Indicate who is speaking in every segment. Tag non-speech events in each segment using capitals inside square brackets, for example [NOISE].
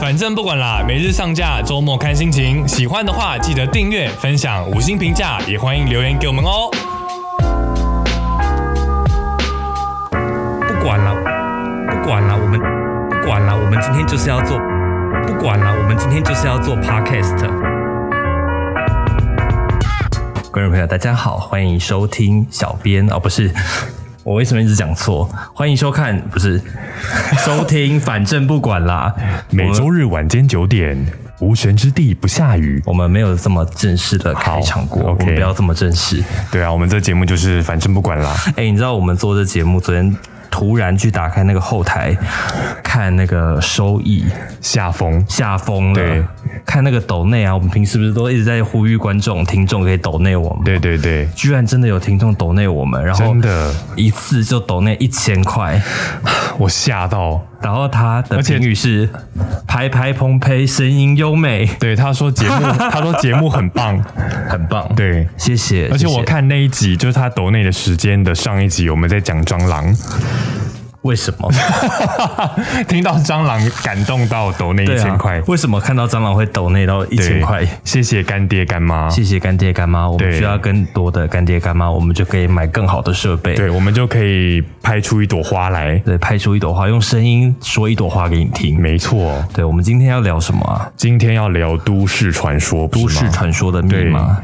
Speaker 1: 反正不管啦，每日上架，周末看心情。喜欢的话记得订阅、分享、五星评价，也欢迎留言给我们哦。
Speaker 2: 不管了，不管了，我们不管了，我们今天就是要做，不管了，我们今天就是要做 podcast。观众朋友，大家好，欢迎收听小编哦，不是。我为什么一直讲错？欢迎收看，不是收听，反正不管啦。
Speaker 3: 每周日晚间九点，无玄之地不下雨。
Speaker 2: 我们没有这么正式的开场过，
Speaker 3: 好
Speaker 2: 我们
Speaker 3: OK
Speaker 2: 不要这么正式。
Speaker 3: 对啊，我们这节目就是反正不管
Speaker 2: [LAUGHS]
Speaker 3: 啦。
Speaker 2: 哎、你知道我们做这节目，昨天突然去打开那个后台看那个收益，
Speaker 3: 下风，
Speaker 2: 吓疯了。
Speaker 3: 对，
Speaker 2: 看那个抖内啊，我们平时不是都一直在呼吁观众、听众可以抖内我们？，
Speaker 3: 对对对，
Speaker 2: 居然真的有听众抖内我们，然后
Speaker 3: 真的
Speaker 2: 一次就抖内一千块，
Speaker 3: 我吓到。
Speaker 2: 然后他的
Speaker 3: 而且
Speaker 2: 评语是“拍拍蓬佩，声音优美
Speaker 3: 对，他说
Speaker 2: [LAUGHS]
Speaker 3: 节目，他说节目很棒，”，
Speaker 2: 很棒。，
Speaker 3: 对。
Speaker 2: 谢谢。
Speaker 3: 而且
Speaker 2: 谢谢
Speaker 3: 我看那一集，就是他抖内的时间的上一集，我们在讲蟑
Speaker 2: [LAUGHS]
Speaker 3: 螂，
Speaker 2: 为什么？
Speaker 3: 听到蟑螂感动到抖 [LAUGHS] 内一
Speaker 2: 对
Speaker 3: 千
Speaker 2: 啊
Speaker 3: 块，，
Speaker 2: 为什么看到蟑螂会抖内到一
Speaker 3: 对
Speaker 2: 千块？
Speaker 3: 谢谢干爹干妈。
Speaker 2: 谢谢干爹干妈，我们
Speaker 3: 对
Speaker 2: 需要更多的干爹干妈，我们就可以买更好的设备。
Speaker 3: 对，我们就可以拍出一朵花来。
Speaker 2: 对，拍出一朵花，用声音说一朵花给你听。
Speaker 3: 没错，
Speaker 2: 对，我们今天要聊什么啊？
Speaker 3: 今天要聊都市传说，不是
Speaker 2: 都
Speaker 3: 吗
Speaker 2: 市传说的密码。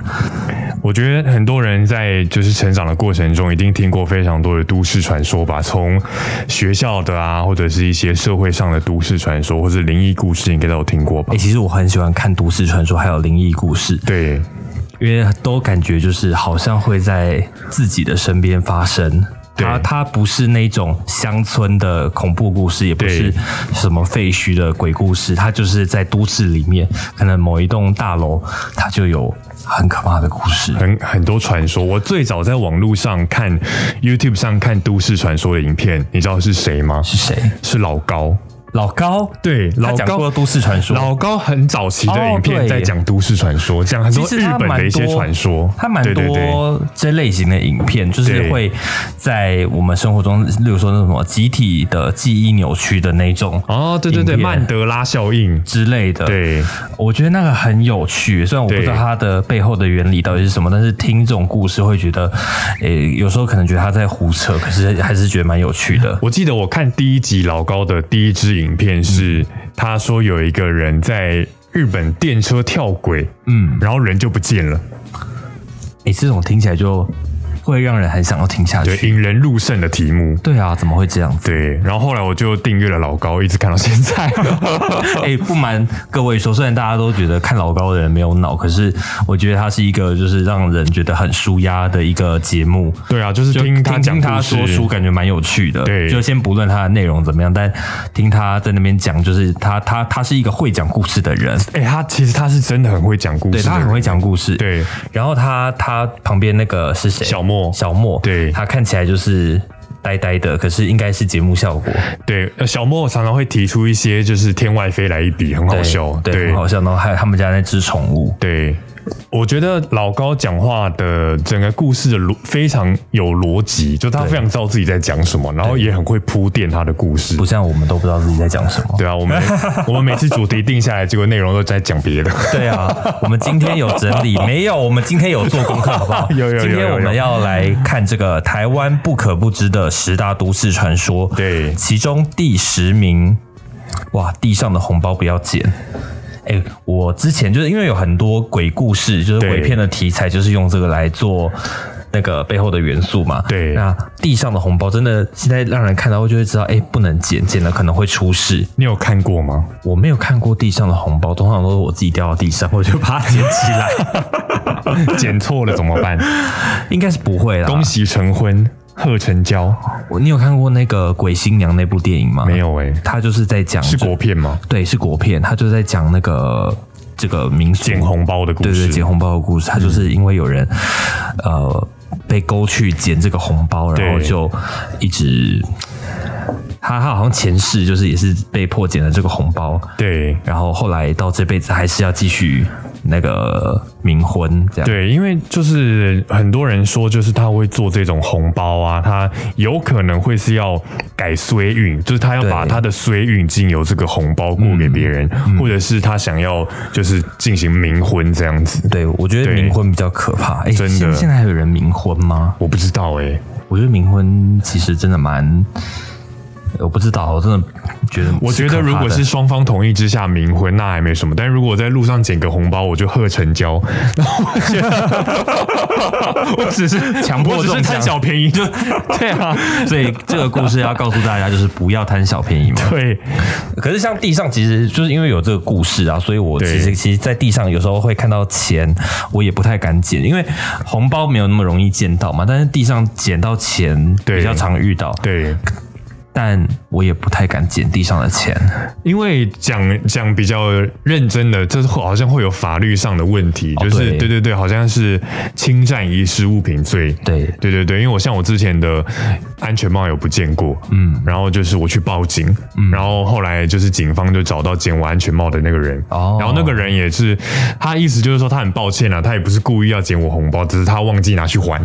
Speaker 3: 我觉得很多人在就是成长的过程中，一定听过非常多的都市传说吧，从学校的啊，或者是一些社会上的都市传说，或者灵异故事，应该都有听过吧
Speaker 2: 哎、？其实我很喜欢看都市传说，还有灵异故事，
Speaker 3: 对，
Speaker 2: 因为都感觉就是好像会在自己的身边发生。
Speaker 3: 对
Speaker 2: 它它不是那种乡村的恐怖故事，也不
Speaker 3: 对
Speaker 2: 是什么废墟的鬼故事，它就是在都市里面，可能某一栋大楼，它就有很可怕的故事。
Speaker 3: 很很多传说。我最早在网络上看 YouTube 上看都市传说的影片，你知道是谁吗？
Speaker 2: 是谁？
Speaker 3: 是老高。
Speaker 2: 老高，
Speaker 3: 对，
Speaker 2: 他
Speaker 3: 老
Speaker 2: 讲过
Speaker 3: 高。
Speaker 2: 都市传说。
Speaker 3: 老高很早期的影
Speaker 2: 哦对
Speaker 3: 片
Speaker 2: 耶
Speaker 3: 在讲都市传说，讲很多
Speaker 2: 其
Speaker 3: 日
Speaker 2: 实他
Speaker 3: 本
Speaker 2: 蛮
Speaker 3: 的一些
Speaker 2: 多
Speaker 3: 传说，
Speaker 2: 它蛮
Speaker 3: 对对对
Speaker 2: 多这类型的影片，就是
Speaker 3: 对
Speaker 2: 会在我们生活中，例如说那什么集体的记忆扭曲的那种
Speaker 3: 哦，对对对，
Speaker 2: 影片
Speaker 3: 曼德拉效应，
Speaker 2: 之类的。，
Speaker 3: 对。
Speaker 2: 我觉得那个很有趣，虽然我不
Speaker 3: 对
Speaker 2: 知道它的背后的原理到底是什么，但是听这种故事会觉得，诶，有时候可能觉得他在胡扯，可是还是觉得蛮有趣的。
Speaker 3: 我记得我看第一集老高的第一支影片是，
Speaker 2: 嗯
Speaker 3: 他说有一个人在日本电车跳轨，嗯，然后人就不见了，
Speaker 2: 诶，这种听起来就会让人很想要听下
Speaker 3: 对，
Speaker 2: 去。
Speaker 3: 引人入胜的题目。
Speaker 2: 对啊，怎么会
Speaker 3: [LAUGHS]
Speaker 2: 这样子？
Speaker 3: 对，然后后来我就订阅了老高，一直看到现
Speaker 2: [LAUGHS]
Speaker 3: 在。
Speaker 2: 哎、不瞒各位说，虽然大家都觉得看老高的人没有脑，可是我觉得他是一个就是让人觉得很舒压的一个节目。
Speaker 3: 对啊，就是
Speaker 2: 就
Speaker 3: 听他讲
Speaker 2: 听
Speaker 3: 故
Speaker 2: 他
Speaker 3: 事
Speaker 2: 说书，感觉蛮有趣的。
Speaker 3: 对
Speaker 2: 就先不论他的内容怎么样，但听他在那边讲，就是他他他是一个会讲故事的人，
Speaker 3: 哎、他其实他是真的很会讲故事
Speaker 2: 对
Speaker 3: 的，
Speaker 2: 他很会讲故事。
Speaker 3: 对，
Speaker 2: 然后他他旁边那个是谁？
Speaker 3: 小莫
Speaker 2: 小莫。
Speaker 3: 对
Speaker 2: 他看起来就是呆呆的，可是应该是节目效果。
Speaker 3: 对，呃小莫常常会提出一些就是天外飞来一笔，很好
Speaker 2: 对
Speaker 3: 笑，
Speaker 2: 对，很好笑。然后还有他们家那只宠物。
Speaker 3: 对，我觉得老高讲话的整个故事的逻非常有逻辑，就他非常知道自己在讲什么，然后也很会铺垫他的故事
Speaker 2: 不。像我们都不知道自己在讲什么。
Speaker 3: 对啊，我
Speaker 2: [LAUGHS]
Speaker 3: 们我们每次主题定下来，结果内容都在讲别的。 [LAUGHS]
Speaker 2: 对啊，我们今天有整理，没有？我们今天有做功课，好不好？
Speaker 3: [LAUGHS] 有有有有
Speaker 2: 今天我们要来看这个台湾不可不知的十大都市传说，
Speaker 3: 对
Speaker 2: 其中第十名，哇，地上的红包不要捡。哎、我之前就是因为有很多鬼故事，就是
Speaker 3: 对
Speaker 2: 鬼片的题材，就是用这个来做那个背后的元素嘛。
Speaker 3: 对
Speaker 2: 那地上的红包真的现在让人看到就会知道，哎、不能捡，捡了可能会出事。
Speaker 3: 你有看过吗？
Speaker 2: 我没有看过地上的红包，通常都是我自己掉到地上，我就把它捡起
Speaker 3: [LAUGHS]
Speaker 2: 来。
Speaker 3: 剪错了怎么
Speaker 2: [LAUGHS]
Speaker 3: 办？
Speaker 2: 应该是不会啦。
Speaker 3: 恭喜成婚，贺成交。
Speaker 2: 我你有看过那个《鬼新娘》那部电影吗？
Speaker 3: 没，有哎、
Speaker 2: 他就是在讲
Speaker 3: 是国片吗？
Speaker 2: 对是国片，他就在讲那个这个民俗
Speaker 3: 捡红包的故
Speaker 2: 对对
Speaker 3: 事。嗯
Speaker 2: 捡红包的故事，他就是因为有人、呃被勾去捡这个红包，然后
Speaker 3: 对
Speaker 2: 就一直他他好像前世就是也是被迫捡了这个红包，
Speaker 3: 对
Speaker 2: 然后后来到这辈子还是要继续那个冥婚这样。
Speaker 3: 对，因为就是很多人说，就是他会做这种红包啊，他有可能会是要改衰运，就是他要
Speaker 2: 对
Speaker 3: 把他的衰运经由这个红包过给别人，或者是他想要就是进行冥婚这样子。
Speaker 2: 对，我觉得
Speaker 3: 对
Speaker 2: 冥婚比较可怕。哎，
Speaker 3: 真的
Speaker 2: 现现在还有人冥婚吗？
Speaker 3: 我不知道哎、
Speaker 2: 我觉得冥婚其实真的蛮，我不知道，我真的觉得
Speaker 3: 我觉
Speaker 2: 可
Speaker 3: 得
Speaker 2: 怕
Speaker 3: 如果
Speaker 2: 的
Speaker 3: 是
Speaker 2: [LAUGHS]
Speaker 3: 双方同意之下冥婚，那还没什么。但如果我在路上捡个红包，我就贺成交。那我觉得，我只是
Speaker 2: 强迫
Speaker 3: 我只是
Speaker 2: 中奖
Speaker 3: 贪小便宜，就 [LAUGHS] 对啊，
Speaker 2: 所以这个故事要告诉大家，就是不要贪小便宜嘛。
Speaker 3: 对。
Speaker 2: 可是像地上，其实就是因为有这个故事啊，所以我其
Speaker 3: 对
Speaker 2: 实其实，在地上有时候会看到钱，我也不太敢捡，因为红包没有那么容易见到嘛。但是地上捡到钱
Speaker 3: 对
Speaker 2: 比较常遇到，
Speaker 3: [LAUGHS] 对，
Speaker 2: 但我也不太敢捡地上的钱。
Speaker 3: 因为讲讲比较认真的，这是会好像会有法律上的问题，
Speaker 2: 哦
Speaker 3: 就是
Speaker 2: 对
Speaker 3: 对对对，好像是侵占遗失物品罪。
Speaker 2: 对
Speaker 3: 对对对，因为我像我之前的安全帽有不见过，嗯，然后就是我去报警，
Speaker 2: 嗯
Speaker 3: 然后后来就是警方就找到捡我安全帽的那个人，
Speaker 2: 哦
Speaker 3: 然后那个人也是他意思就是说他很抱歉啊，他也不是故意要捡我红包，只是他忘记拿去还，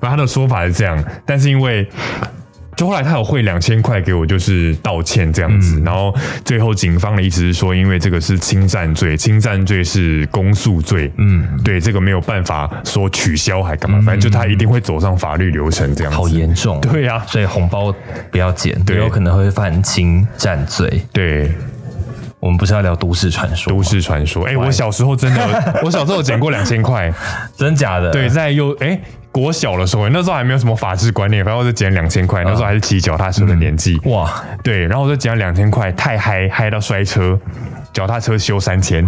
Speaker 3: 然后他的说法是这样，但是因为。就后来他有汇两千块给我，就是道歉这样子。
Speaker 2: 嗯
Speaker 3: 然后最后警方的意思是说，因为这个是侵占罪，侵占罪是公诉罪，嗯，对，这个没有办法说取消还干嘛，反正就他一定会走上法律流程这样子。
Speaker 2: 嗯好严重，
Speaker 3: 对啊
Speaker 2: 所以红包不要捡，
Speaker 3: 对
Speaker 2: 有可能会犯侵占罪。
Speaker 3: 对，
Speaker 2: 啊我们不是要聊都市传说吗，
Speaker 3: 都市传说。哎、我小时候真的
Speaker 2: [LAUGHS]
Speaker 3: 有，我小时候有捡过两千块，
Speaker 2: 真假的？
Speaker 3: 对，在幼哎、国小的时候，那时候还没有什么法治观念，反正我就捡两千
Speaker 2: 嗯
Speaker 3: 块，那时候还是骑脚踏车的年纪，
Speaker 2: 哇，
Speaker 3: 对，然后我就捡了两千块，太嗨嗨到摔车，脚踏车修三千，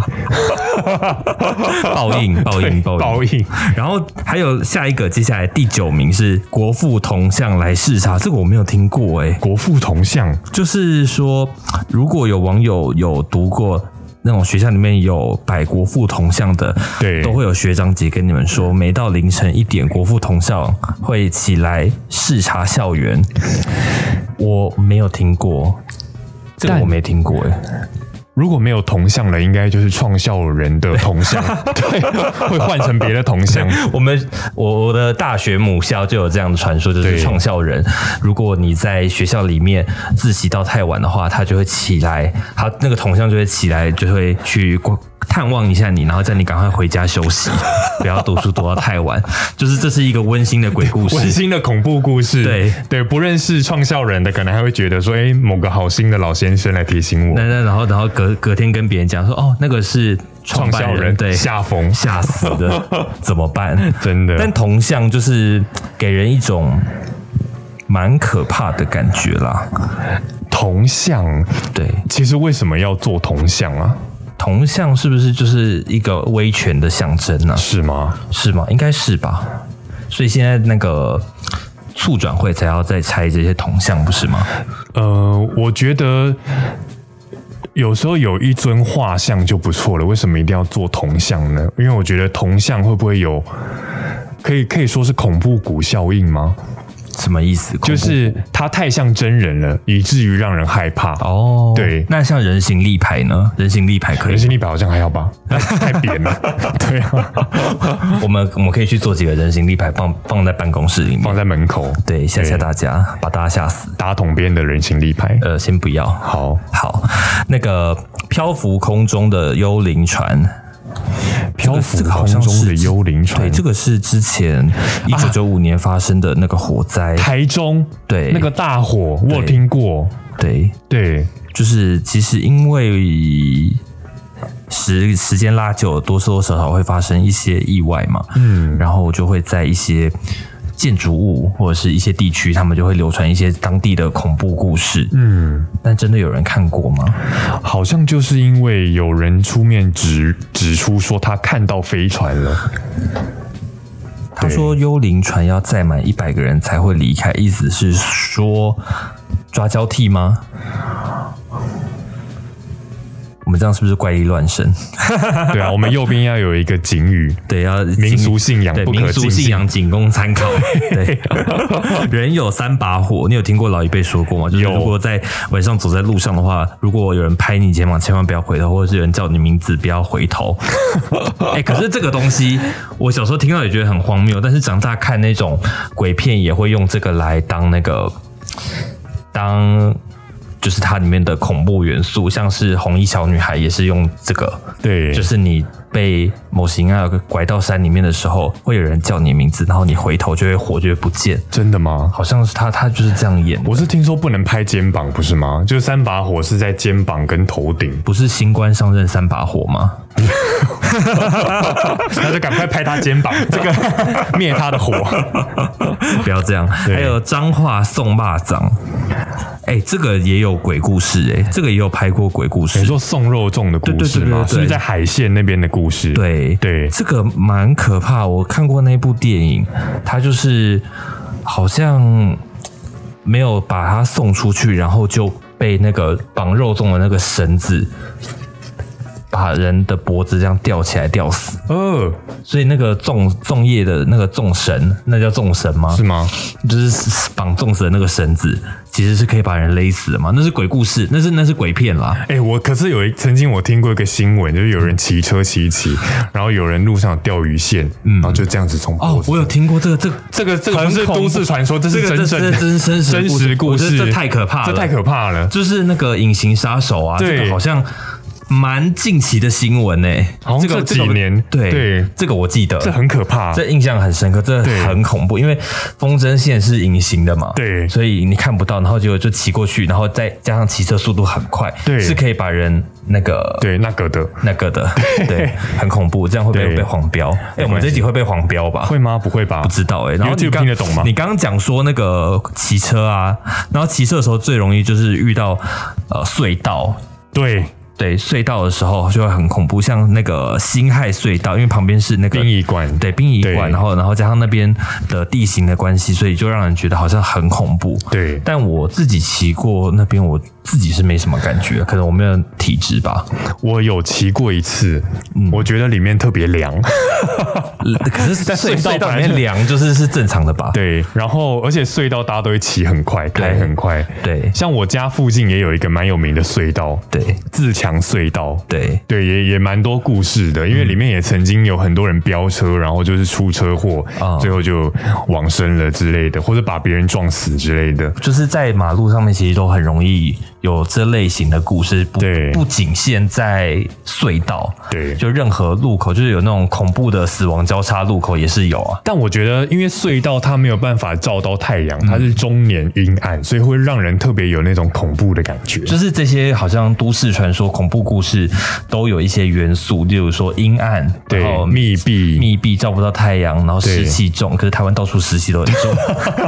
Speaker 2: 报
Speaker 3: [LAUGHS]
Speaker 2: 应，报
Speaker 3: 对
Speaker 2: 应，报应，
Speaker 3: 报应。
Speaker 2: 然后还有下一个，接下来第九名是国父铜像来视察，这个我没有听过哎、
Speaker 3: 国父铜像，
Speaker 2: 就是说，如果有网友有读过。那种学校里面有摆国父铜像的，
Speaker 3: 对
Speaker 2: 都会有学长姐跟你们说，每到凌晨一点，国父铜像会起来视察校园。我没有听过，这个
Speaker 3: 但
Speaker 2: 我没听过哎、
Speaker 3: 如果没有铜像了，应该就是创校人的铜 [LAUGHS] 像，对，会换成别的铜 [LAUGHS] 像。
Speaker 2: [LAUGHS] 我们我我的大学母校就有这样的传说，就是
Speaker 3: 对
Speaker 2: 创校人，如果你在学校里面自习到太晚的话，他就会起来，他那个铜像就会起来，就会去过探望一下你，然后叫你赶快回家休息，不要读书读到太晚。 [LAUGHS] 就是这是一个温馨的鬼故
Speaker 3: [LAUGHS] 温
Speaker 2: 事。
Speaker 3: 馨的恐怖故事，
Speaker 2: 对
Speaker 3: 对，不认识创校人的，可能还会觉得说，哎、某个好心的老先生来提醒我
Speaker 2: 那，那然后然后隔隔天跟别人讲说，哦，那个是创
Speaker 3: 创
Speaker 2: 办
Speaker 3: 校
Speaker 2: 人，
Speaker 3: 人啊
Speaker 2: 对，
Speaker 3: 下逢，
Speaker 2: 吓死的，怎
Speaker 3: [LAUGHS]
Speaker 2: 么办？
Speaker 3: 真的，
Speaker 2: 但铜像就是给人一种蛮可怕的感觉啦。
Speaker 3: 铜像，
Speaker 2: 对，
Speaker 3: 其实为什么要做铜像啊？
Speaker 2: 铜像是不是就是一个威权的象征呢、
Speaker 3: 是吗？
Speaker 2: 是吗？应该是吧。所以现在那个促转会才要再拆这些铜像，不是吗？
Speaker 3: 呃，我觉得有时候有一尊画像就不错了，为什么一定要做铜像呢？因为我觉得铜像会不会有？可以可以说是恐怖谷效应吗？
Speaker 2: 什么意思？
Speaker 3: 就
Speaker 2: 恐
Speaker 3: 是它太像真人了，以至于让人害怕。
Speaker 2: 怖哦，
Speaker 3: 对
Speaker 2: 那像人形立牌呢？人形立牌可以
Speaker 3: 人，形立牌好像还好吧，
Speaker 2: [LAUGHS]
Speaker 3: 太太扁了。对啊，
Speaker 2: 我们我们可以去做几个人形立牌放放在办公室里面
Speaker 3: 放，在门口，
Speaker 2: 对，吓吓大家，把大家吓死。
Speaker 3: 打桶边的人形立牌。
Speaker 2: 呃，先不要，
Speaker 3: 好，
Speaker 2: 好，那个漂浮空中的幽灵船，
Speaker 3: 漂
Speaker 2: 这
Speaker 3: 浮
Speaker 2: 个好
Speaker 3: 空
Speaker 2: 像
Speaker 3: 中的
Speaker 2: 是
Speaker 3: 幽灵船啊
Speaker 2: 对，，这个是之前一九九五年发生的那个火灾，
Speaker 3: 台中
Speaker 2: 对
Speaker 3: 那个大火，我有听过。
Speaker 2: 对，
Speaker 3: 对，
Speaker 2: 就是其实因为时时间拉久，多多少少会发生一些意外嘛，嗯，然后就会在一些。建筑物或者是一些地区，他们就会流传一些当地的恐怖故事。
Speaker 3: 嗯，
Speaker 2: 但真的有人看过吗？
Speaker 3: 好像就是因为有人出面指指出说他看到飞船了，
Speaker 2: 他说幽灵船要载满一百个人才会离开，意思是说抓交替吗？们这样是不是怪力乱神？
Speaker 3: 对啊，我们右边要有一个警语，
Speaker 2: 对，要
Speaker 3: 民俗信仰
Speaker 2: 对
Speaker 3: 不可
Speaker 2: 民俗
Speaker 3: 尽
Speaker 2: 信
Speaker 3: 信
Speaker 2: 仰仅供
Speaker 3: [LAUGHS]
Speaker 2: 参考。对，人有三把火，你有听过老一辈说过吗？就是
Speaker 3: 有
Speaker 2: 如果在晚上走在路上的话，如果有人拍你肩膀，千万不要回头，或者是有人叫你名字，不要
Speaker 3: [LAUGHS]
Speaker 2: 回头。哎、可是这个东西，我小时候听到也觉得很荒谬，但是长大看那种鬼片也会用这个来当那个当。就是它里面的恐怖元素，像是红衣小女孩也是用这个，
Speaker 3: 对，
Speaker 2: 就是你被某型啊拐到山里面的时候，会有人叫你名字，然后你回头就会火就会不见，
Speaker 3: 真的吗？
Speaker 2: 好像是他，他就是这样演的。，
Speaker 3: 我是听说不能拍肩膀，不是吗？就是三把火是在肩膀跟头顶
Speaker 2: 不是新官上任三把火吗？
Speaker 3: [LAUGHS] 那就赶快拍他肩膀， [LAUGHS] 这个灭他的火。
Speaker 2: 不要这样。
Speaker 3: 对
Speaker 2: 还有彰化送蚂蚱，哎、这个也有鬼故事、哎，这个也有拍过鬼故
Speaker 3: 你
Speaker 2: 事。
Speaker 3: 说送肉粽的故事吗？
Speaker 2: 对对对对对
Speaker 3: 是不是在海线那边的故事？
Speaker 2: 对
Speaker 3: 对
Speaker 2: 这个蛮可怕。我看过那部电影，它就是好像没有把它送出去，然后就被那个绑肉粽的那个绳子把人的脖子这样吊起来吊死。
Speaker 3: 哦，
Speaker 2: 所以那个粽粽叶的那个粽绳，那叫粽绳吗？
Speaker 3: 是吗？
Speaker 2: 就是绑粽子的那个绳子，其实是可以把人勒死的嘛？那是鬼故事，那是那是鬼片啦。
Speaker 3: 哎、我可是有一曾经我听过一个新闻，就是有人骑车骑一骑，然后有人路上有钓鱼线，然后就这样子从脖
Speaker 2: 哦，
Speaker 3: 子。
Speaker 2: 我有听过这个，这个
Speaker 3: 这个这个
Speaker 2: 很
Speaker 3: 不是
Speaker 2: 恐怖
Speaker 3: 都市传说，这是
Speaker 2: 这个
Speaker 3: 真正的
Speaker 2: 这是真真
Speaker 3: 真
Speaker 2: 实
Speaker 3: 实
Speaker 2: 故
Speaker 3: 故
Speaker 2: 事我
Speaker 3: 事，
Speaker 2: 觉得这太可怕了
Speaker 3: 这太可怕了。
Speaker 2: 就是那个隐形杀手啊，
Speaker 3: 对
Speaker 2: 这个好像蛮近期的新闻呢、欸
Speaker 3: 好像
Speaker 2: 这个
Speaker 3: 这几
Speaker 2: 个
Speaker 3: 年
Speaker 2: 对
Speaker 3: 对
Speaker 2: 这个我记得，
Speaker 3: 这很可怕，
Speaker 2: 这印象很深刻，这
Speaker 3: 对
Speaker 2: 很恐怖，因为风筝线是隐形的嘛，
Speaker 3: 对
Speaker 2: 所以你看不到，然后结果就骑过去，然后再加上骑车速度很快，
Speaker 3: 对
Speaker 2: 是可以把人那个
Speaker 3: 对那个的
Speaker 2: 那个的，
Speaker 3: [LAUGHS]
Speaker 2: 对，很恐怖，这样会不会
Speaker 3: 对
Speaker 2: 被黄标？哎、我们这一集会被黄标吧？
Speaker 3: 会吗？不会吧？
Speaker 2: 不知道哎、然后
Speaker 3: YouTube
Speaker 2: 你刚
Speaker 3: 听得懂吗
Speaker 2: 你刚刚讲说那个骑车啊，然后骑车的时候最容易就是遇到呃隧道。
Speaker 3: 对，
Speaker 2: 对隧道的时候就会很恐怖，像那个辛亥隧道，因为旁边是那个
Speaker 3: 殡仪馆
Speaker 2: 对殡仪
Speaker 3: 对
Speaker 2: 馆，然后然后加上那边的地形的关系，所以就让人觉得好像很恐怖。
Speaker 3: 对
Speaker 2: 但我自己骑过那边，我自己是没什么感觉，可能我没有体
Speaker 3: [LAUGHS]
Speaker 2: 质吧。
Speaker 3: 我有骑过一次，
Speaker 2: 嗯
Speaker 3: 我觉得里面特别凉。
Speaker 2: 可是
Speaker 3: 在
Speaker 2: 隧
Speaker 3: 隧道
Speaker 2: 隧道里
Speaker 3: 本来就
Speaker 2: 面凉就是是正常的吧？
Speaker 3: 对，然后而且隧道大家都会骑很快，开很快。
Speaker 2: 对
Speaker 3: 像我家附近也有一个蛮有名的隧道，
Speaker 2: 对
Speaker 3: 自强隧道。
Speaker 2: 对
Speaker 3: 对，也也蛮多故事的，
Speaker 2: 嗯
Speaker 3: 因为里面也曾经有很多人飙车，然后就是出车祸，
Speaker 2: 啊
Speaker 3: 最后就往生了之类的，或者把别人撞死之类的。
Speaker 2: 就是在马路上面，其实都很容易有这类型的故事，不
Speaker 3: 对
Speaker 2: 不仅限在隧道，
Speaker 3: 对
Speaker 2: 就任何路口，就是有那种恐怖的死亡交叉路口也是有啊。
Speaker 3: 但我觉得，因为隧道它没有办法照到太阳，它
Speaker 2: 嗯
Speaker 3: 是终年阴暗，所以会让人特别有那种恐怖的感觉。
Speaker 2: 就是这些好像都市传说、恐怖故事都有一些元素，例如说阴暗，
Speaker 3: 对
Speaker 2: 然后，
Speaker 3: 密闭，
Speaker 2: 密闭照不到太阳，然后湿
Speaker 3: 对
Speaker 2: 气重，可是台湾到处湿
Speaker 3: [LAUGHS]
Speaker 2: 气都很重。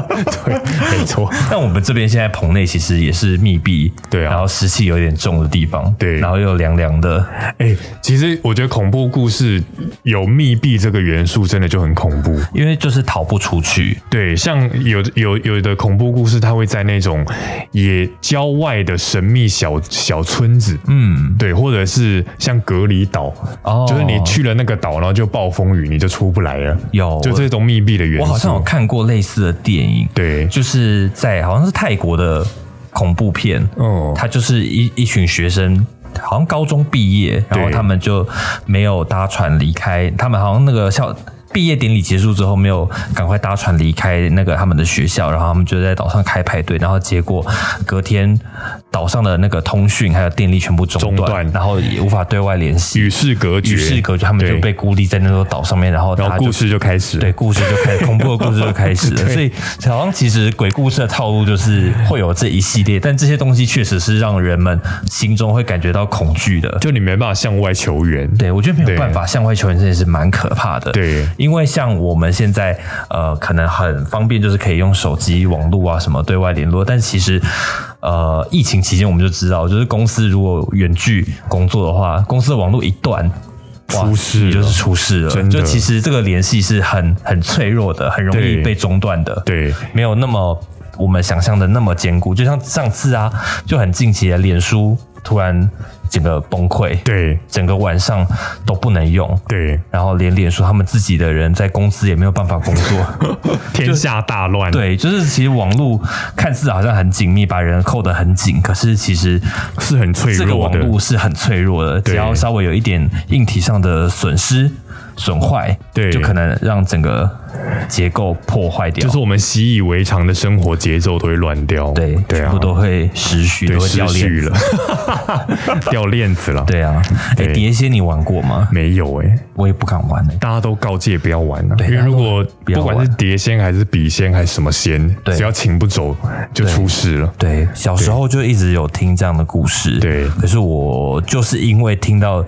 Speaker 3: 对，没错。
Speaker 2: 但我们这边现在棚内其实也是密闭，
Speaker 3: 对啊
Speaker 2: 然后湿气有点重的地方，
Speaker 3: 对
Speaker 2: 然后又凉凉的，
Speaker 3: 哎、其实我觉得恐怖故事有密闭这个元素，真的就很恐怖。
Speaker 2: 因为就是逃不出去，
Speaker 3: 对，像有有有的恐怖故事，它会在那种也郊外的神秘小小村子，
Speaker 2: 嗯，
Speaker 3: 对，或者是像隔离岛，
Speaker 2: 哦
Speaker 3: 就是你去了那个岛，然后就暴风雨，你就出不来了，
Speaker 2: 有
Speaker 3: 就这种密闭的元素。
Speaker 2: 我好像有看过类似的电影，
Speaker 3: 对
Speaker 2: 就是在好像是泰国的恐怖片，
Speaker 3: 哦
Speaker 2: 它就是一一群学生。好像高中毕业，然后
Speaker 3: 对
Speaker 2: 他们就没有搭船离开。他们好像那个校毕业典礼结束之后，没有赶快搭船离开那个他们的学校，然后他们就在岛上开派对，然后结果隔天岛上的那个通讯还有电力全部中断，
Speaker 3: 中断
Speaker 2: 然后也无法对外联系，
Speaker 3: 与世隔绝，
Speaker 2: 与世隔绝，他们就
Speaker 3: 对
Speaker 2: 被孤立在那座岛上面，然后
Speaker 3: 然
Speaker 2: 他
Speaker 3: 后
Speaker 2: 就
Speaker 3: 故事就开始了。
Speaker 2: 对，故事就开始，恐怖的故事就开
Speaker 3: [LAUGHS]
Speaker 2: 始了。
Speaker 3: 对
Speaker 2: 所以小王其实鬼故事的套路就是会有这一系列，但这些东西确实是让人们心中会感觉到恐惧的。
Speaker 3: 就你没办法向外求援。
Speaker 2: 对，我觉得没
Speaker 3: 对
Speaker 2: 有办法向外求援，真的是蛮可怕的。
Speaker 3: 对
Speaker 2: 因为像我们现在呃，可能很方便，就是可以用手机、网络啊什么对外联络，但其实呃，疫情期间我们就知道，就是公司如果远距工作的话，公司的网络一断。哇
Speaker 3: 出事了
Speaker 2: 你就是出事了。
Speaker 3: 真的
Speaker 2: 就其实这个联系是很很脆弱的，很容易
Speaker 3: 对
Speaker 2: 被中断的。
Speaker 3: 对
Speaker 2: 没有那么我们想象的那么坚固。就像上次啊，就很近期的脸书突然整个崩溃，
Speaker 3: 对
Speaker 2: 整个晚上都不能用，
Speaker 3: 对，
Speaker 2: 然后连脸说他们自己的人在公司也没有办法工
Speaker 3: [LAUGHS]
Speaker 2: 作。
Speaker 3: 天下大乱，
Speaker 2: 对，就是其实网络看似好像很紧密，把人扣得很紧，可是其实
Speaker 3: 是很脆
Speaker 2: 这个
Speaker 3: 弱
Speaker 2: 网
Speaker 3: 的。
Speaker 2: 络是很脆弱的，只要稍微有一点硬体上的损失、损坏，
Speaker 3: 对
Speaker 2: 就可能让整个结构破坏掉。
Speaker 3: 就是我们习以为常的生活节奏都会乱掉，
Speaker 2: 对，
Speaker 3: 对
Speaker 2: 全
Speaker 3: 啊
Speaker 2: 部，都会时序，
Speaker 3: 对
Speaker 2: 都会
Speaker 3: 失
Speaker 2: 掉
Speaker 3: 序
Speaker 2: 链子。 [LAUGHS]
Speaker 3: 了，掉链子了，
Speaker 2: 对啊，哎，
Speaker 3: 对
Speaker 2: 碟仙你玩过吗？
Speaker 3: 没有哎、
Speaker 2: 我也不敢玩哎。
Speaker 3: 大家都告诫不要玩啊，
Speaker 2: 对
Speaker 3: 因为如果不
Speaker 2: 大家都不要玩
Speaker 3: 管是碟仙还是笔仙还是什么仙，
Speaker 2: 对
Speaker 3: 只要请不走就出事了。
Speaker 2: 对，小时候就一直有听这样的故事。
Speaker 3: 对
Speaker 2: 可是我就是因为听到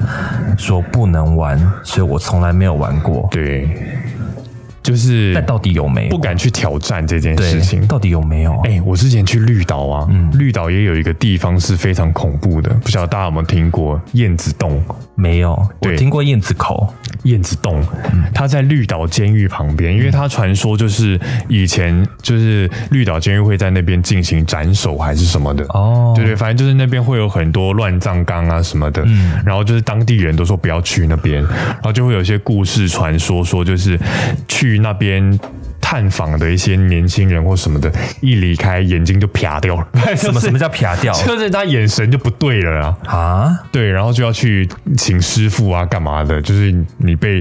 Speaker 2: 说不能玩，所以我从来没有玩过。
Speaker 3: 对，就是
Speaker 2: 但到底有没有？
Speaker 3: 不敢去挑战这件
Speaker 2: 对嗯
Speaker 3: 事情。
Speaker 2: 到底有没有啊？
Speaker 3: 哎、我之前去绿岛啊，绿岛也有一个地方是非常恐怖的，不晓得大家有没有听过燕子洞？
Speaker 2: 没有，我
Speaker 3: 对
Speaker 2: 听过燕子口。
Speaker 3: 燕子洞，它在绿岛监狱旁边，因为它传说就是以前就是绿岛监狱会在那边进行斩首还是什么的
Speaker 2: 哦
Speaker 3: 对对，反正就是那边会有很多乱葬岗啊什么的，然后就是当地人都说不要去那边，然后就会有一些故事传说说就是去那边。探访的一些年轻人或什么的，一离开眼睛就啪掉 [LAUGHS] 了，
Speaker 2: 什么什么叫撇掉
Speaker 3: 就是他眼神就不对了啦。
Speaker 2: 啊？
Speaker 3: 对，然后就要去请师傅啊，干嘛的？就是你被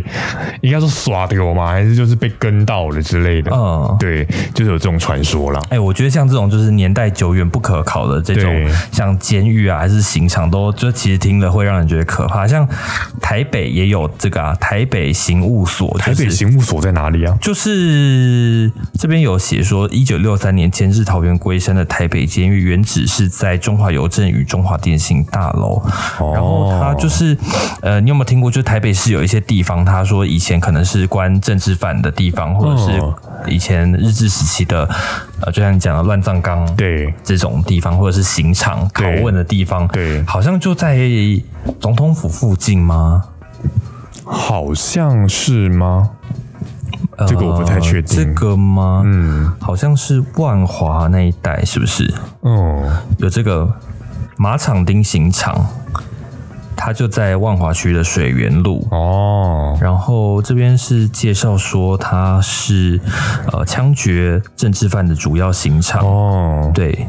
Speaker 3: 应该说耍丢吗？还是就是被跟到了之类的？
Speaker 2: 嗯
Speaker 3: 对，就是有这种传说啦。
Speaker 2: 哎、我觉得像这种就是年代久远不可考的这种
Speaker 3: 对，
Speaker 2: 像监狱啊还是刑场都，就其实听了会让人觉得可怕。像台北也有这个啊，台北刑务所，就
Speaker 3: 台
Speaker 2: 是、
Speaker 3: 北刑务所在哪里啊？
Speaker 2: 就是这边有写说，一九六三年迁至桃园龟山的台北监狱，原址是在中华邮政与中华电信大楼。
Speaker 3: 哦
Speaker 2: 然后它就是，呃，你有没有听过？就是台北市有一些地方，他说以前可能是关政治犯的地方，或者
Speaker 3: 哦
Speaker 2: 是以前日治时期的，呃，就像你讲的乱葬岗，
Speaker 3: 对
Speaker 2: 这种地方，或者是刑场拷
Speaker 3: 对
Speaker 2: 问的地方，
Speaker 3: 对
Speaker 2: 好像就在总统府附近吗？
Speaker 3: 好像是吗？
Speaker 2: 呃
Speaker 3: 这个我不太确定
Speaker 2: 这个吗？
Speaker 3: 嗯
Speaker 2: 好像是万华那一带，是不是
Speaker 3: 嗯，
Speaker 2: 有这个马场町刑场？它就在万华区的水源路。
Speaker 3: 哦，
Speaker 2: 然后这边是介绍说它是呃枪决政治犯的主要刑场。
Speaker 3: 哦，
Speaker 2: 对，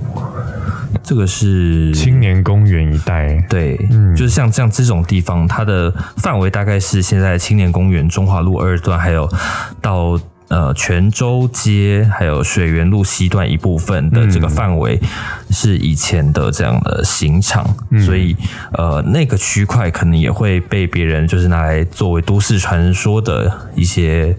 Speaker 2: 这个是
Speaker 3: 青年公园一带。
Speaker 2: 对，就是像像这种地方，它的范围大概是现在青年公园、中华路二段，还有到呃泉州街，还有水源路西段一部分的这个范围，是以前的这样的刑场，所以呃那个区块可能也会被别人就是拿来作为都市传说的一些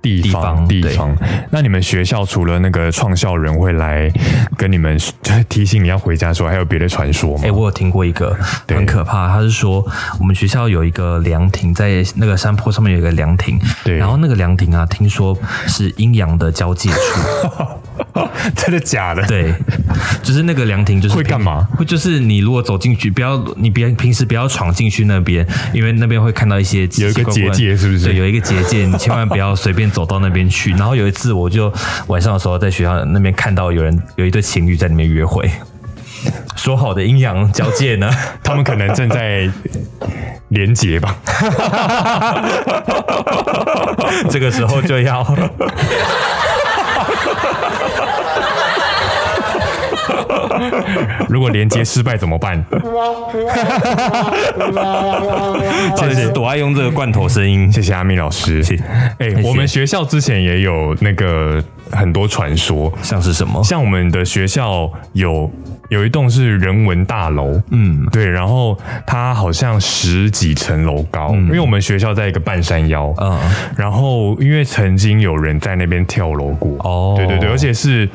Speaker 3: 地方
Speaker 2: 地
Speaker 3: 地
Speaker 2: 方
Speaker 3: 方，那你们学校除了那个创校人会来跟你们 [LAUGHS] 提醒你要回家的时候，还有别的传说吗？
Speaker 2: 哎、我有听过一个
Speaker 3: [LAUGHS] 对
Speaker 2: 很可怕，他是说我们学校有一个凉亭，在那个山坡上面有一个凉亭，
Speaker 3: 对
Speaker 2: 然后那个凉亭啊，听说是阴阳的交
Speaker 3: [LAUGHS]
Speaker 2: 界处，
Speaker 3: 真的假的？
Speaker 2: 对，就是那个凉亭就是
Speaker 3: 会
Speaker 2: 平
Speaker 3: 干嘛？
Speaker 2: 会就是你如果走进去，不要你别平时不要闯进去那边，因为那边会看到一些奇奇
Speaker 3: 有一个
Speaker 2: 怪怪
Speaker 3: 结
Speaker 2: 的
Speaker 3: 界是不是
Speaker 2: 对，有一个结界，你千万不要随便走到那边去。
Speaker 3: [LAUGHS]
Speaker 2: 然后有一次我就晚上的时候在学校那边看到有人有一对情侣在里面约会。说好的阴阳交界呢？
Speaker 3: 他们可能正在连结吧。
Speaker 2: [LAUGHS] 这个时候就
Speaker 3: [LAUGHS]
Speaker 2: 要。
Speaker 3: 如果连接失败怎么办？
Speaker 2: 到底是多爱用这个罐头声音？
Speaker 3: [LAUGHS] 谢谢阿米老师。
Speaker 2: 谢
Speaker 3: 哎、
Speaker 2: 谢
Speaker 3: 我们学校之前也有那个很多传说，
Speaker 2: 像是什么？
Speaker 3: 像我们的学校有有一栋是人文大楼，
Speaker 2: 嗯，
Speaker 3: 对，然后它好像十几层楼高，因为我们学校在一个半山腰，
Speaker 2: 嗯
Speaker 3: 嗯，然后因为曾经有人在那边跳楼过，
Speaker 2: 哦
Speaker 3: 对对对，而且是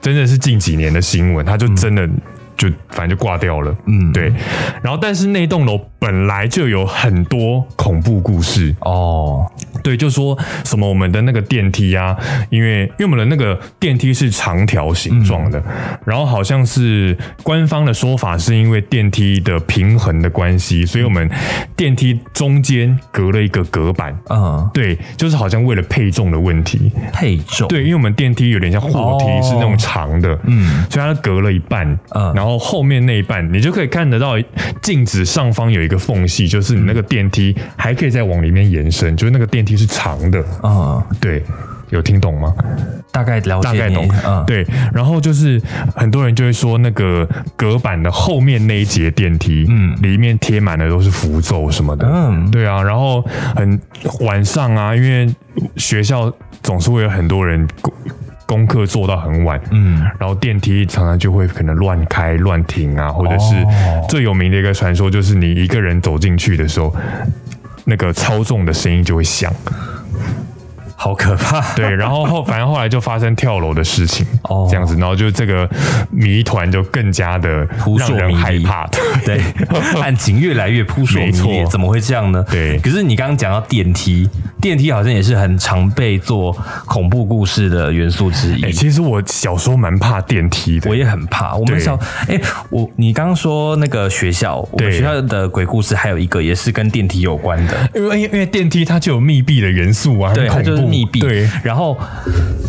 Speaker 3: 真的是近几年的新闻，他就真的。就反正就挂掉了，嗯，对。然后，但是那栋楼本来就有很多恐怖故事，
Speaker 2: 哦，
Speaker 3: 对，就说什么我们的那个电梯啊，因为因为我们的那个电梯是长条形状的，然后好像是官方的说法是因为电梯的平衡的关系，所以我们电梯中间隔了一个隔板。
Speaker 2: 嗯，
Speaker 3: 对，就是好像为了配重的问题，
Speaker 2: 配重，
Speaker 3: 对，因为我们电梯有点像货梯，
Speaker 2: 哦
Speaker 3: 是那种长的，
Speaker 2: 嗯，
Speaker 3: 所以它隔了一半，
Speaker 2: 嗯
Speaker 3: 然后后面那一半你就可以看得到镜子上方有一个缝隙，就是你那个电梯还可以再往里面延伸，就是那个电梯是长的，
Speaker 2: 嗯，
Speaker 3: 对。有听懂吗？
Speaker 2: 大概了解
Speaker 3: 大
Speaker 2: 你，
Speaker 3: 概懂，
Speaker 2: 嗯，
Speaker 3: 对。然后就是很多人就会说，那个隔板的后面那一节电梯，嗯
Speaker 2: 嗯，
Speaker 3: 里面贴满了都是符咒什么的，
Speaker 2: 嗯
Speaker 3: 对啊，然后很晚上啊，因为学校总是会有很多人功功课做到很晚，
Speaker 2: 嗯，
Speaker 3: 然后电梯常常就会可能乱开乱停啊，或者是
Speaker 2: 哦
Speaker 3: 最有名的一个传说就是你一个人走进去的时候，那个超重的声音就会响，
Speaker 2: 好可怕， [LAUGHS]
Speaker 3: 对，然后后反正后来就发生跳楼的事情，
Speaker 2: 哦
Speaker 3: 这样子，然后就这个谜团就更加的
Speaker 2: 扑朔
Speaker 3: 让人
Speaker 2: 迷
Speaker 3: 害
Speaker 2: 离 [LAUGHS]
Speaker 3: 怕，对 [LAUGHS]
Speaker 2: 对，案情越来越扑朔迷
Speaker 3: 没错
Speaker 2: 离，怎么会这样呢？
Speaker 3: 对
Speaker 2: 可是你刚刚讲到电梯，电梯好像也是很常被做恐怖故事的元素之一。
Speaker 3: 哎、其实我小时候蛮怕电梯的，
Speaker 2: 我也很怕。我
Speaker 3: 对
Speaker 2: 们小哎、我你刚刚说那个学校，我
Speaker 3: 对
Speaker 2: 们学校的鬼故事还有一个也是跟电梯有关的，
Speaker 3: 因为因为电梯它就有密闭的元素啊，
Speaker 2: 对，它
Speaker 3: 很恐
Speaker 2: 就
Speaker 3: 怖，
Speaker 2: 是密闭。
Speaker 3: 对，，
Speaker 2: 然后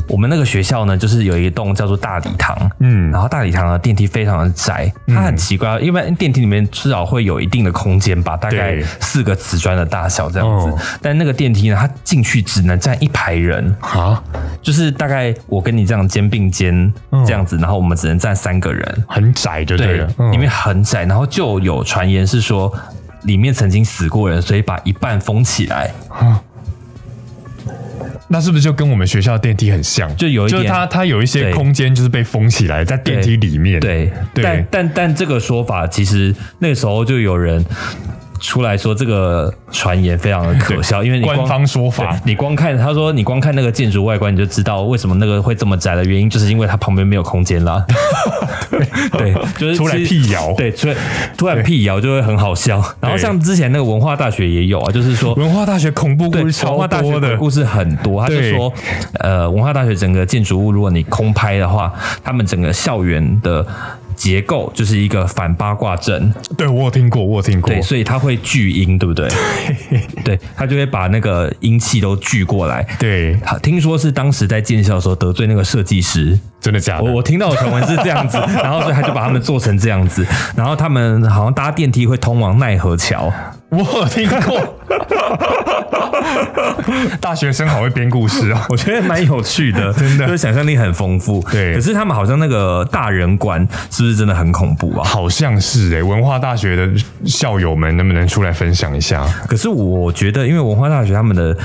Speaker 2: 我们那个学校呢，就是有一栋叫做大礼堂，
Speaker 3: 嗯
Speaker 2: 嗯，然后大礼堂的电梯非常的窄，它很奇怪，因为电梯里面至少会有一定的空间吧，大概
Speaker 3: 对
Speaker 2: 四个瓷砖的大小这样子，
Speaker 3: 哦
Speaker 2: 但那个电梯呢，它进去只能站一排人，
Speaker 3: 啊，
Speaker 2: 就是大概我跟你这样肩并肩这样子，然后我们只能站三个人，
Speaker 3: 很窄就嗯对
Speaker 2: 对
Speaker 3: 了，，嗯
Speaker 2: 里面很窄，然后就有传言是说。里面曾经死过人，所以把一半封起来，
Speaker 3: 那是不是就跟我们学校电梯很像？
Speaker 2: 就有一
Speaker 3: 就是
Speaker 2: 点
Speaker 3: 它它有一些
Speaker 2: 对
Speaker 3: 空间就是被封起来在电梯里面，
Speaker 2: 对，
Speaker 3: 对
Speaker 2: 但但但这个说法其实那时候就有人出来说这个传言非常的可笑，因为你光
Speaker 3: 官方说法
Speaker 2: 对你光看他说你光看那个建筑外观你就知道为什么那个会这么窄的原因，就是因为它旁边没有空间
Speaker 3: [LAUGHS]
Speaker 2: 啦。对，就是
Speaker 3: 出来
Speaker 2: 其实
Speaker 3: 辟谣
Speaker 2: 对，突然突然辟谣就会很好笑。然
Speaker 3: 对
Speaker 2: 后像之前那个文化大学也有啊，就是说
Speaker 3: 文化大学恐怖
Speaker 2: 对，
Speaker 3: 故事
Speaker 2: 文
Speaker 3: 超
Speaker 2: 化大学
Speaker 3: 多
Speaker 2: 鬼
Speaker 3: 的，
Speaker 2: 故事很多。他就
Speaker 3: 对
Speaker 2: 说，呃，文化大学整个建筑物，如果你空拍的话，他们整个校园的结构就是一个反八卦阵，
Speaker 3: 对我有听过，我有听过
Speaker 2: 对，，所以它会聚阴，对不对？对，它就会把那个阴气都聚过来。
Speaker 3: 对，
Speaker 2: 好，听说是当时在建校的时候得罪那个设计师，
Speaker 3: 真的假的？
Speaker 2: 我我听到的传闻是这样子， [LAUGHS] 然后所以他就把他们做成这样子，然后他们好像搭电梯会通往奈何桥，
Speaker 3: 我有听过， [LAUGHS] 大学生好会编故事哦。
Speaker 2: 我觉得蛮有趣 [LAUGHS] 的，
Speaker 3: 真的
Speaker 2: 就是想象力很丰富。
Speaker 3: 对
Speaker 2: 可是他们好像那个大人馆是不是真的很恐怖啊？
Speaker 3: 好像是哎、文化大学的校友们能不能出来分享一下？
Speaker 2: 可是我觉得，因为文化大学他们的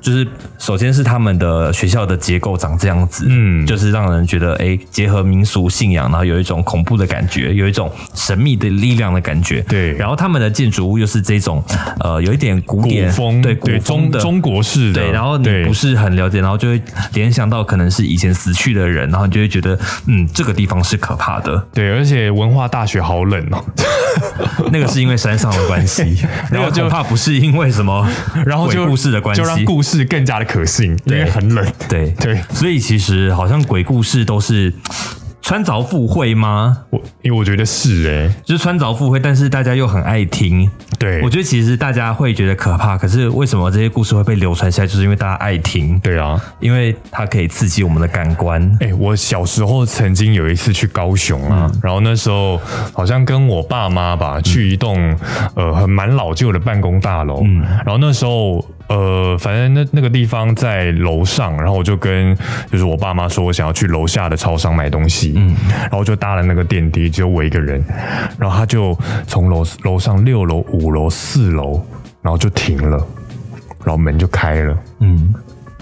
Speaker 2: 就是，首先是他们的学校的结构长这样子，
Speaker 3: 嗯
Speaker 2: 就是让人觉得哎、诶结合民俗信仰，然后有一种恐怖的感觉，有一种神秘的力量的感觉。
Speaker 3: 对
Speaker 2: 然后他们的建筑物又是这种呃，有一点古
Speaker 3: 古
Speaker 2: 典
Speaker 3: 风
Speaker 2: 对古风
Speaker 3: 中
Speaker 2: 的
Speaker 3: 中国式的，
Speaker 2: 对，啊然后你
Speaker 3: 对
Speaker 2: 不是很了解，然后就会联想到可能是以前死去的人，然后你就会觉得，嗯，这个地方是可怕 [LAUGHS] 的。
Speaker 3: 对，而且文化大学好冷哦，
Speaker 2: 那个是因为山上的关 [LAUGHS] 系，
Speaker 3: [LAUGHS] 然
Speaker 2: 然
Speaker 3: 后
Speaker 2: 后
Speaker 3: 就
Speaker 2: 恐怕不是因为什 [LAUGHS] 么，
Speaker 3: 然后就
Speaker 2: 故事的关系，
Speaker 3: 就让故事更加的可信，因为很冷。
Speaker 2: 对
Speaker 3: 对
Speaker 2: 所以其实好像鬼故事都是穿凿附会吗？
Speaker 3: 我因为我觉得是哎、
Speaker 2: 就是穿凿附会，但是大家又很爱听。
Speaker 3: 对，
Speaker 2: 我觉得其实大家会觉得可怕，可是为什么这些故事会被流传下来，就是因为大家爱听，
Speaker 3: 对啊，
Speaker 2: 因为它可以刺激我们的感官。
Speaker 3: 哎、我小时候曾经有一次去高雄啊，然后那时候好像跟我爸妈吧，去一栋、呃很蛮老旧的办公大楼，然后那时候。呃，反正那那个地方在楼上，然后我就跟就是我爸妈说，我想要去楼下的超商买东西，嗯，然后就搭了那个电梯，只有我一个人，然后他就从楼楼上六楼、五楼、四楼，然后就停了，然后门就开了，
Speaker 2: 嗯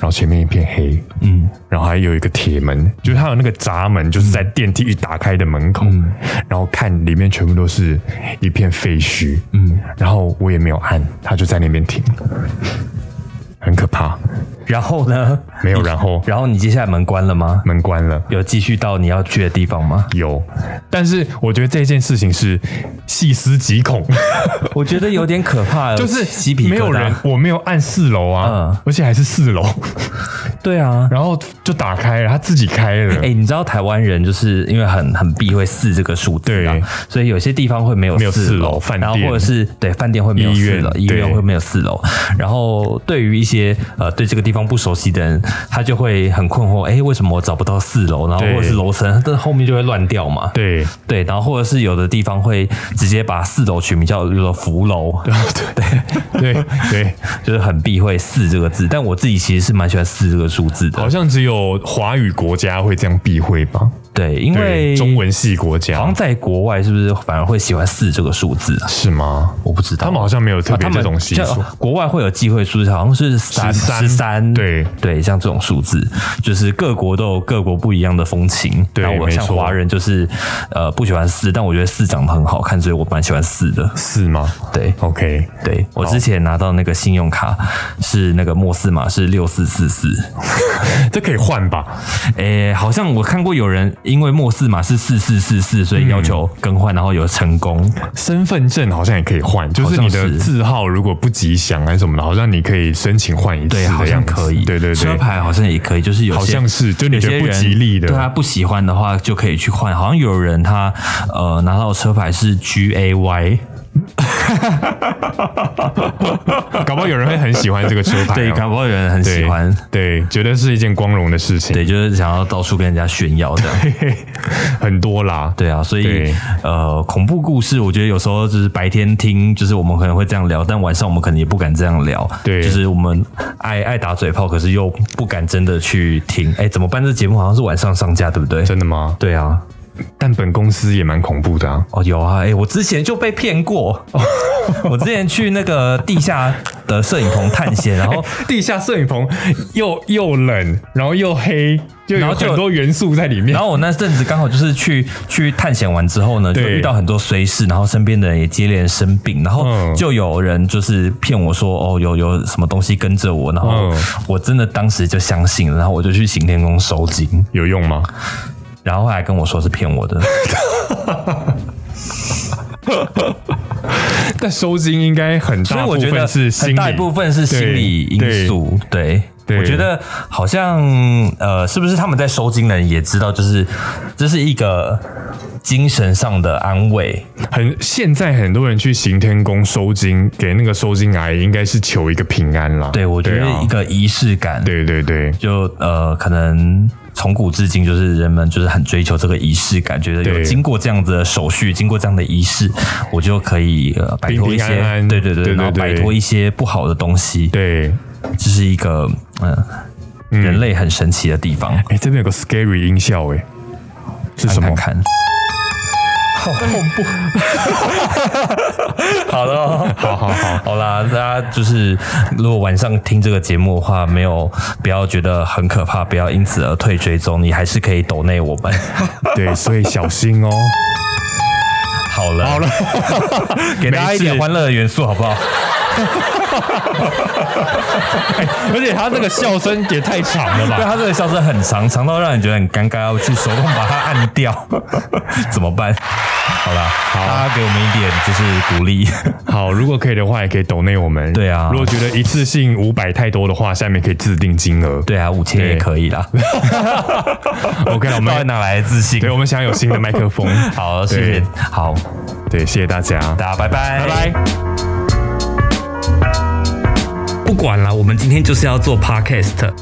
Speaker 3: 然后前面一片黑，
Speaker 2: 嗯。
Speaker 3: 然后还有一个铁门，就是它有那个闸门，就是在电梯一打开的门口，
Speaker 2: 嗯
Speaker 3: 然后看里面全部都是一片废墟，嗯，然后我也没有按，它就在那边停，很可怕。
Speaker 2: 然后呢？
Speaker 3: 没有然后
Speaker 2: 然后你接下来门关了吗？
Speaker 3: 门关了。
Speaker 2: 有继续到你要去的地方吗？
Speaker 3: 有，但是我觉得这件事情是细思极
Speaker 2: [LAUGHS]
Speaker 3: 恐，
Speaker 2: [LAUGHS] 我觉得有点可 [LAUGHS] 怕，
Speaker 3: 就是
Speaker 2: 鸡皮疙瘩
Speaker 3: 没有人，我没有按四楼啊，
Speaker 2: 嗯
Speaker 3: 而且还是四楼，
Speaker 2: 对啊，
Speaker 3: 然后就打开了，他自己开了，
Speaker 2: 哎、你知道台湾人就是因为很很避讳四这个数字啊
Speaker 3: 对，
Speaker 2: 所以有些地方会没有
Speaker 3: 没有四
Speaker 2: 楼，
Speaker 3: 楼饭
Speaker 2: 然后
Speaker 3: 店
Speaker 2: 或者是对饭店会没有
Speaker 3: 医
Speaker 2: 四
Speaker 3: 院
Speaker 2: 楼，医
Speaker 3: 对
Speaker 2: 院会没有四楼。然后对于一些呃对这个地方不熟悉的人，他就会很困惑，哎、为什么我找不到四楼？然后
Speaker 3: 对
Speaker 2: 或者是楼层，但后面就会乱掉嘛。
Speaker 3: 对， [LAUGHS]
Speaker 2: 对，然后或者是有的地方会直接把四楼取名叫做福楼，
Speaker 3: [LAUGHS] 对对，
Speaker 2: 就是很避讳“四”这个字。但我自己其实是蛮喜欢“四”这个数字的
Speaker 3: 好，像只有华语国家会这样避讳吧？
Speaker 2: 对，因为
Speaker 3: 对，中文系国
Speaker 2: 好
Speaker 3: 家
Speaker 2: 像在国外是不是反而会喜欢“四”这个数字啊？
Speaker 3: 是吗？
Speaker 2: 我不知道，
Speaker 3: 他们好像没有特
Speaker 2: 啊
Speaker 3: 别
Speaker 2: 他
Speaker 3: 这
Speaker 2: 们
Speaker 3: 种习
Speaker 2: 像
Speaker 3: 俗，
Speaker 2: 国外会有忌讳数字，好像是三
Speaker 3: 13
Speaker 2: 三，
Speaker 3: 对
Speaker 2: 对，像这种数字，就是各国都有各国不一样的风情。
Speaker 3: 对
Speaker 2: 然后我
Speaker 3: 没
Speaker 2: 像
Speaker 3: 错
Speaker 2: 华人就是呃不喜欢四，但我觉得四长得很好看，所以我蛮喜欢四的。
Speaker 3: 是吗
Speaker 2: 对，
Speaker 3: ？OK， [LAUGHS]
Speaker 2: 对我之前拿到那个信用卡是那个莫四码是六四四四，
Speaker 3: 这可以换吧？
Speaker 2: 诶，好像我看过有人因为莫四码是四四四四，所以要求
Speaker 3: 嗯
Speaker 2: 更换，然后有成功。
Speaker 3: 身份证好像也可以换，就
Speaker 2: 好
Speaker 3: 是
Speaker 2: 像
Speaker 3: 你的
Speaker 2: 是
Speaker 3: 字号如果不吉祥还是什么的，好像你可以申请换一次
Speaker 2: 对，好
Speaker 3: 的
Speaker 2: 像
Speaker 3: 样子。
Speaker 2: 可以。
Speaker 3: 对对
Speaker 2: 车
Speaker 3: 对，
Speaker 2: 牌好像也可以，就是有些
Speaker 3: 好像是就你
Speaker 2: 有
Speaker 3: 觉得
Speaker 2: 些
Speaker 3: 不
Speaker 2: 人
Speaker 3: 吉利的
Speaker 2: 对啊他不喜欢的话就可以去换。好像有人他呃拿到车牌是 G A Y，
Speaker 3: 搞不好有人会很喜欢这个车牌、哦，
Speaker 2: [LAUGHS] 对，搞不好有人很
Speaker 3: 对
Speaker 2: 喜欢。
Speaker 3: 对，觉得是一件光荣的事情，
Speaker 2: 对，就是想要到处跟人家炫耀这样。
Speaker 3: [LAUGHS] 很多啦。
Speaker 2: 对啊，所以
Speaker 3: 对
Speaker 2: 呃，恐怖故事，我觉得有时候就是白天听，就是我们可能会这样聊，但晚上我们可能也不敢这样聊。
Speaker 3: 对
Speaker 2: 就是我们爱爱打嘴炮，可是又不敢真的去听。哎，怎么办？这节目好像是晚上上架，对不对？
Speaker 3: 真的吗？
Speaker 2: 对啊，
Speaker 3: 但本公司也蛮恐怖的啊。
Speaker 2: 哦，有啊，哎、我之前就被
Speaker 3: [LAUGHS]
Speaker 2: 骗过。我之前去那个地下的摄影棚探险，然后
Speaker 3: [LAUGHS] 地下摄影棚又又冷，然后又黑，就
Speaker 2: 然
Speaker 3: 有
Speaker 2: 后就
Speaker 3: 很多元素在里面
Speaker 2: [LAUGHS] 然。后我那阵子刚好就是去去探险完之后呢，就
Speaker 3: 对
Speaker 2: 遇到很多衰事，然后身边的人也接连生病，然后
Speaker 3: 嗯
Speaker 2: 就有人就是骗我说哦有有什么东西跟着我，然后
Speaker 3: 嗯
Speaker 2: 我真的当时就相信了，然后我就去行天宫收金，
Speaker 3: 有用吗？
Speaker 2: 然后后来跟我说是骗
Speaker 3: [LAUGHS]
Speaker 2: 我的，
Speaker 3: 但收金应该很
Speaker 2: 所
Speaker 3: 大
Speaker 2: 以
Speaker 3: 部
Speaker 2: 我觉得
Speaker 3: 分是心
Speaker 2: 很
Speaker 3: 理，
Speaker 2: 大一部分是心理因素。对，
Speaker 3: 对
Speaker 2: 我觉得好像呃，是不是他们在收金的人也知道，就是这是一个精神上的安慰，
Speaker 3: 对。很现在很多人去行天宫收金，给那个收金阿姨应该是求一个平安啦。
Speaker 2: 对我觉
Speaker 3: 啊
Speaker 2: 得一个仪式感，
Speaker 3: 对对对，
Speaker 2: 就呃，可能从古至今，就是人们就是很追求这个仪式感，觉得有
Speaker 3: 对
Speaker 2: 经过这样子的手续，经过这样的仪式，我就可以呃摆脱一些，
Speaker 3: 平平安安
Speaker 2: 对对对，
Speaker 3: 对对
Speaker 2: 然后
Speaker 3: 对
Speaker 2: 摆脱一些不好的东西，
Speaker 3: 对，
Speaker 2: 这是一个嗯。人类很神奇的地方，
Speaker 3: 哎，这边有个 scary 音效，哎，是什么
Speaker 2: 看？看看 [LAUGHS] 好恐怖。好了哦，
Speaker 3: [LAUGHS] 好好好，
Speaker 2: [LAUGHS] 好啦，大家就是如果晚上听这个节目的话，没有不要觉得很可怕，不要因此而退追踪，你还是可以抖内我们。 [LAUGHS]
Speaker 3: 对，所以小心哦。
Speaker 2: 好了，好了， [LAUGHS] 给大家一点
Speaker 3: 没事
Speaker 2: 欢乐的元素好不好？
Speaker 3: 而且他这个笑声也太长了
Speaker 2: 对，
Speaker 3: 吧？
Speaker 2: 他这个笑声很长，长到让你觉得很尴尬，要去手动把它按 [LAUGHS] 掉，怎么办？好啦，大家给我们一点就是鼓 [LAUGHS] 励。
Speaker 3: 好，如果可以的话，也可以抖内我们。
Speaker 2: 对啊
Speaker 3: 如果觉得一次性五百太多的话，下面可以自定金额。
Speaker 2: 对啊，五千也
Speaker 3: 对
Speaker 2: 可以 [LAUGHS] 啦。
Speaker 3: ，OK，我
Speaker 2: 到底 [LAUGHS]
Speaker 3: 们
Speaker 2: 哪来的自信？
Speaker 3: 对，我们想要有新的麦克风。
Speaker 2: 好，谢谢
Speaker 3: 对，
Speaker 2: 好，
Speaker 3: 对，谢谢大家，
Speaker 2: 大家拜拜，
Speaker 3: 拜拜。。
Speaker 2: 不管了，我们今天就是要做 podcast。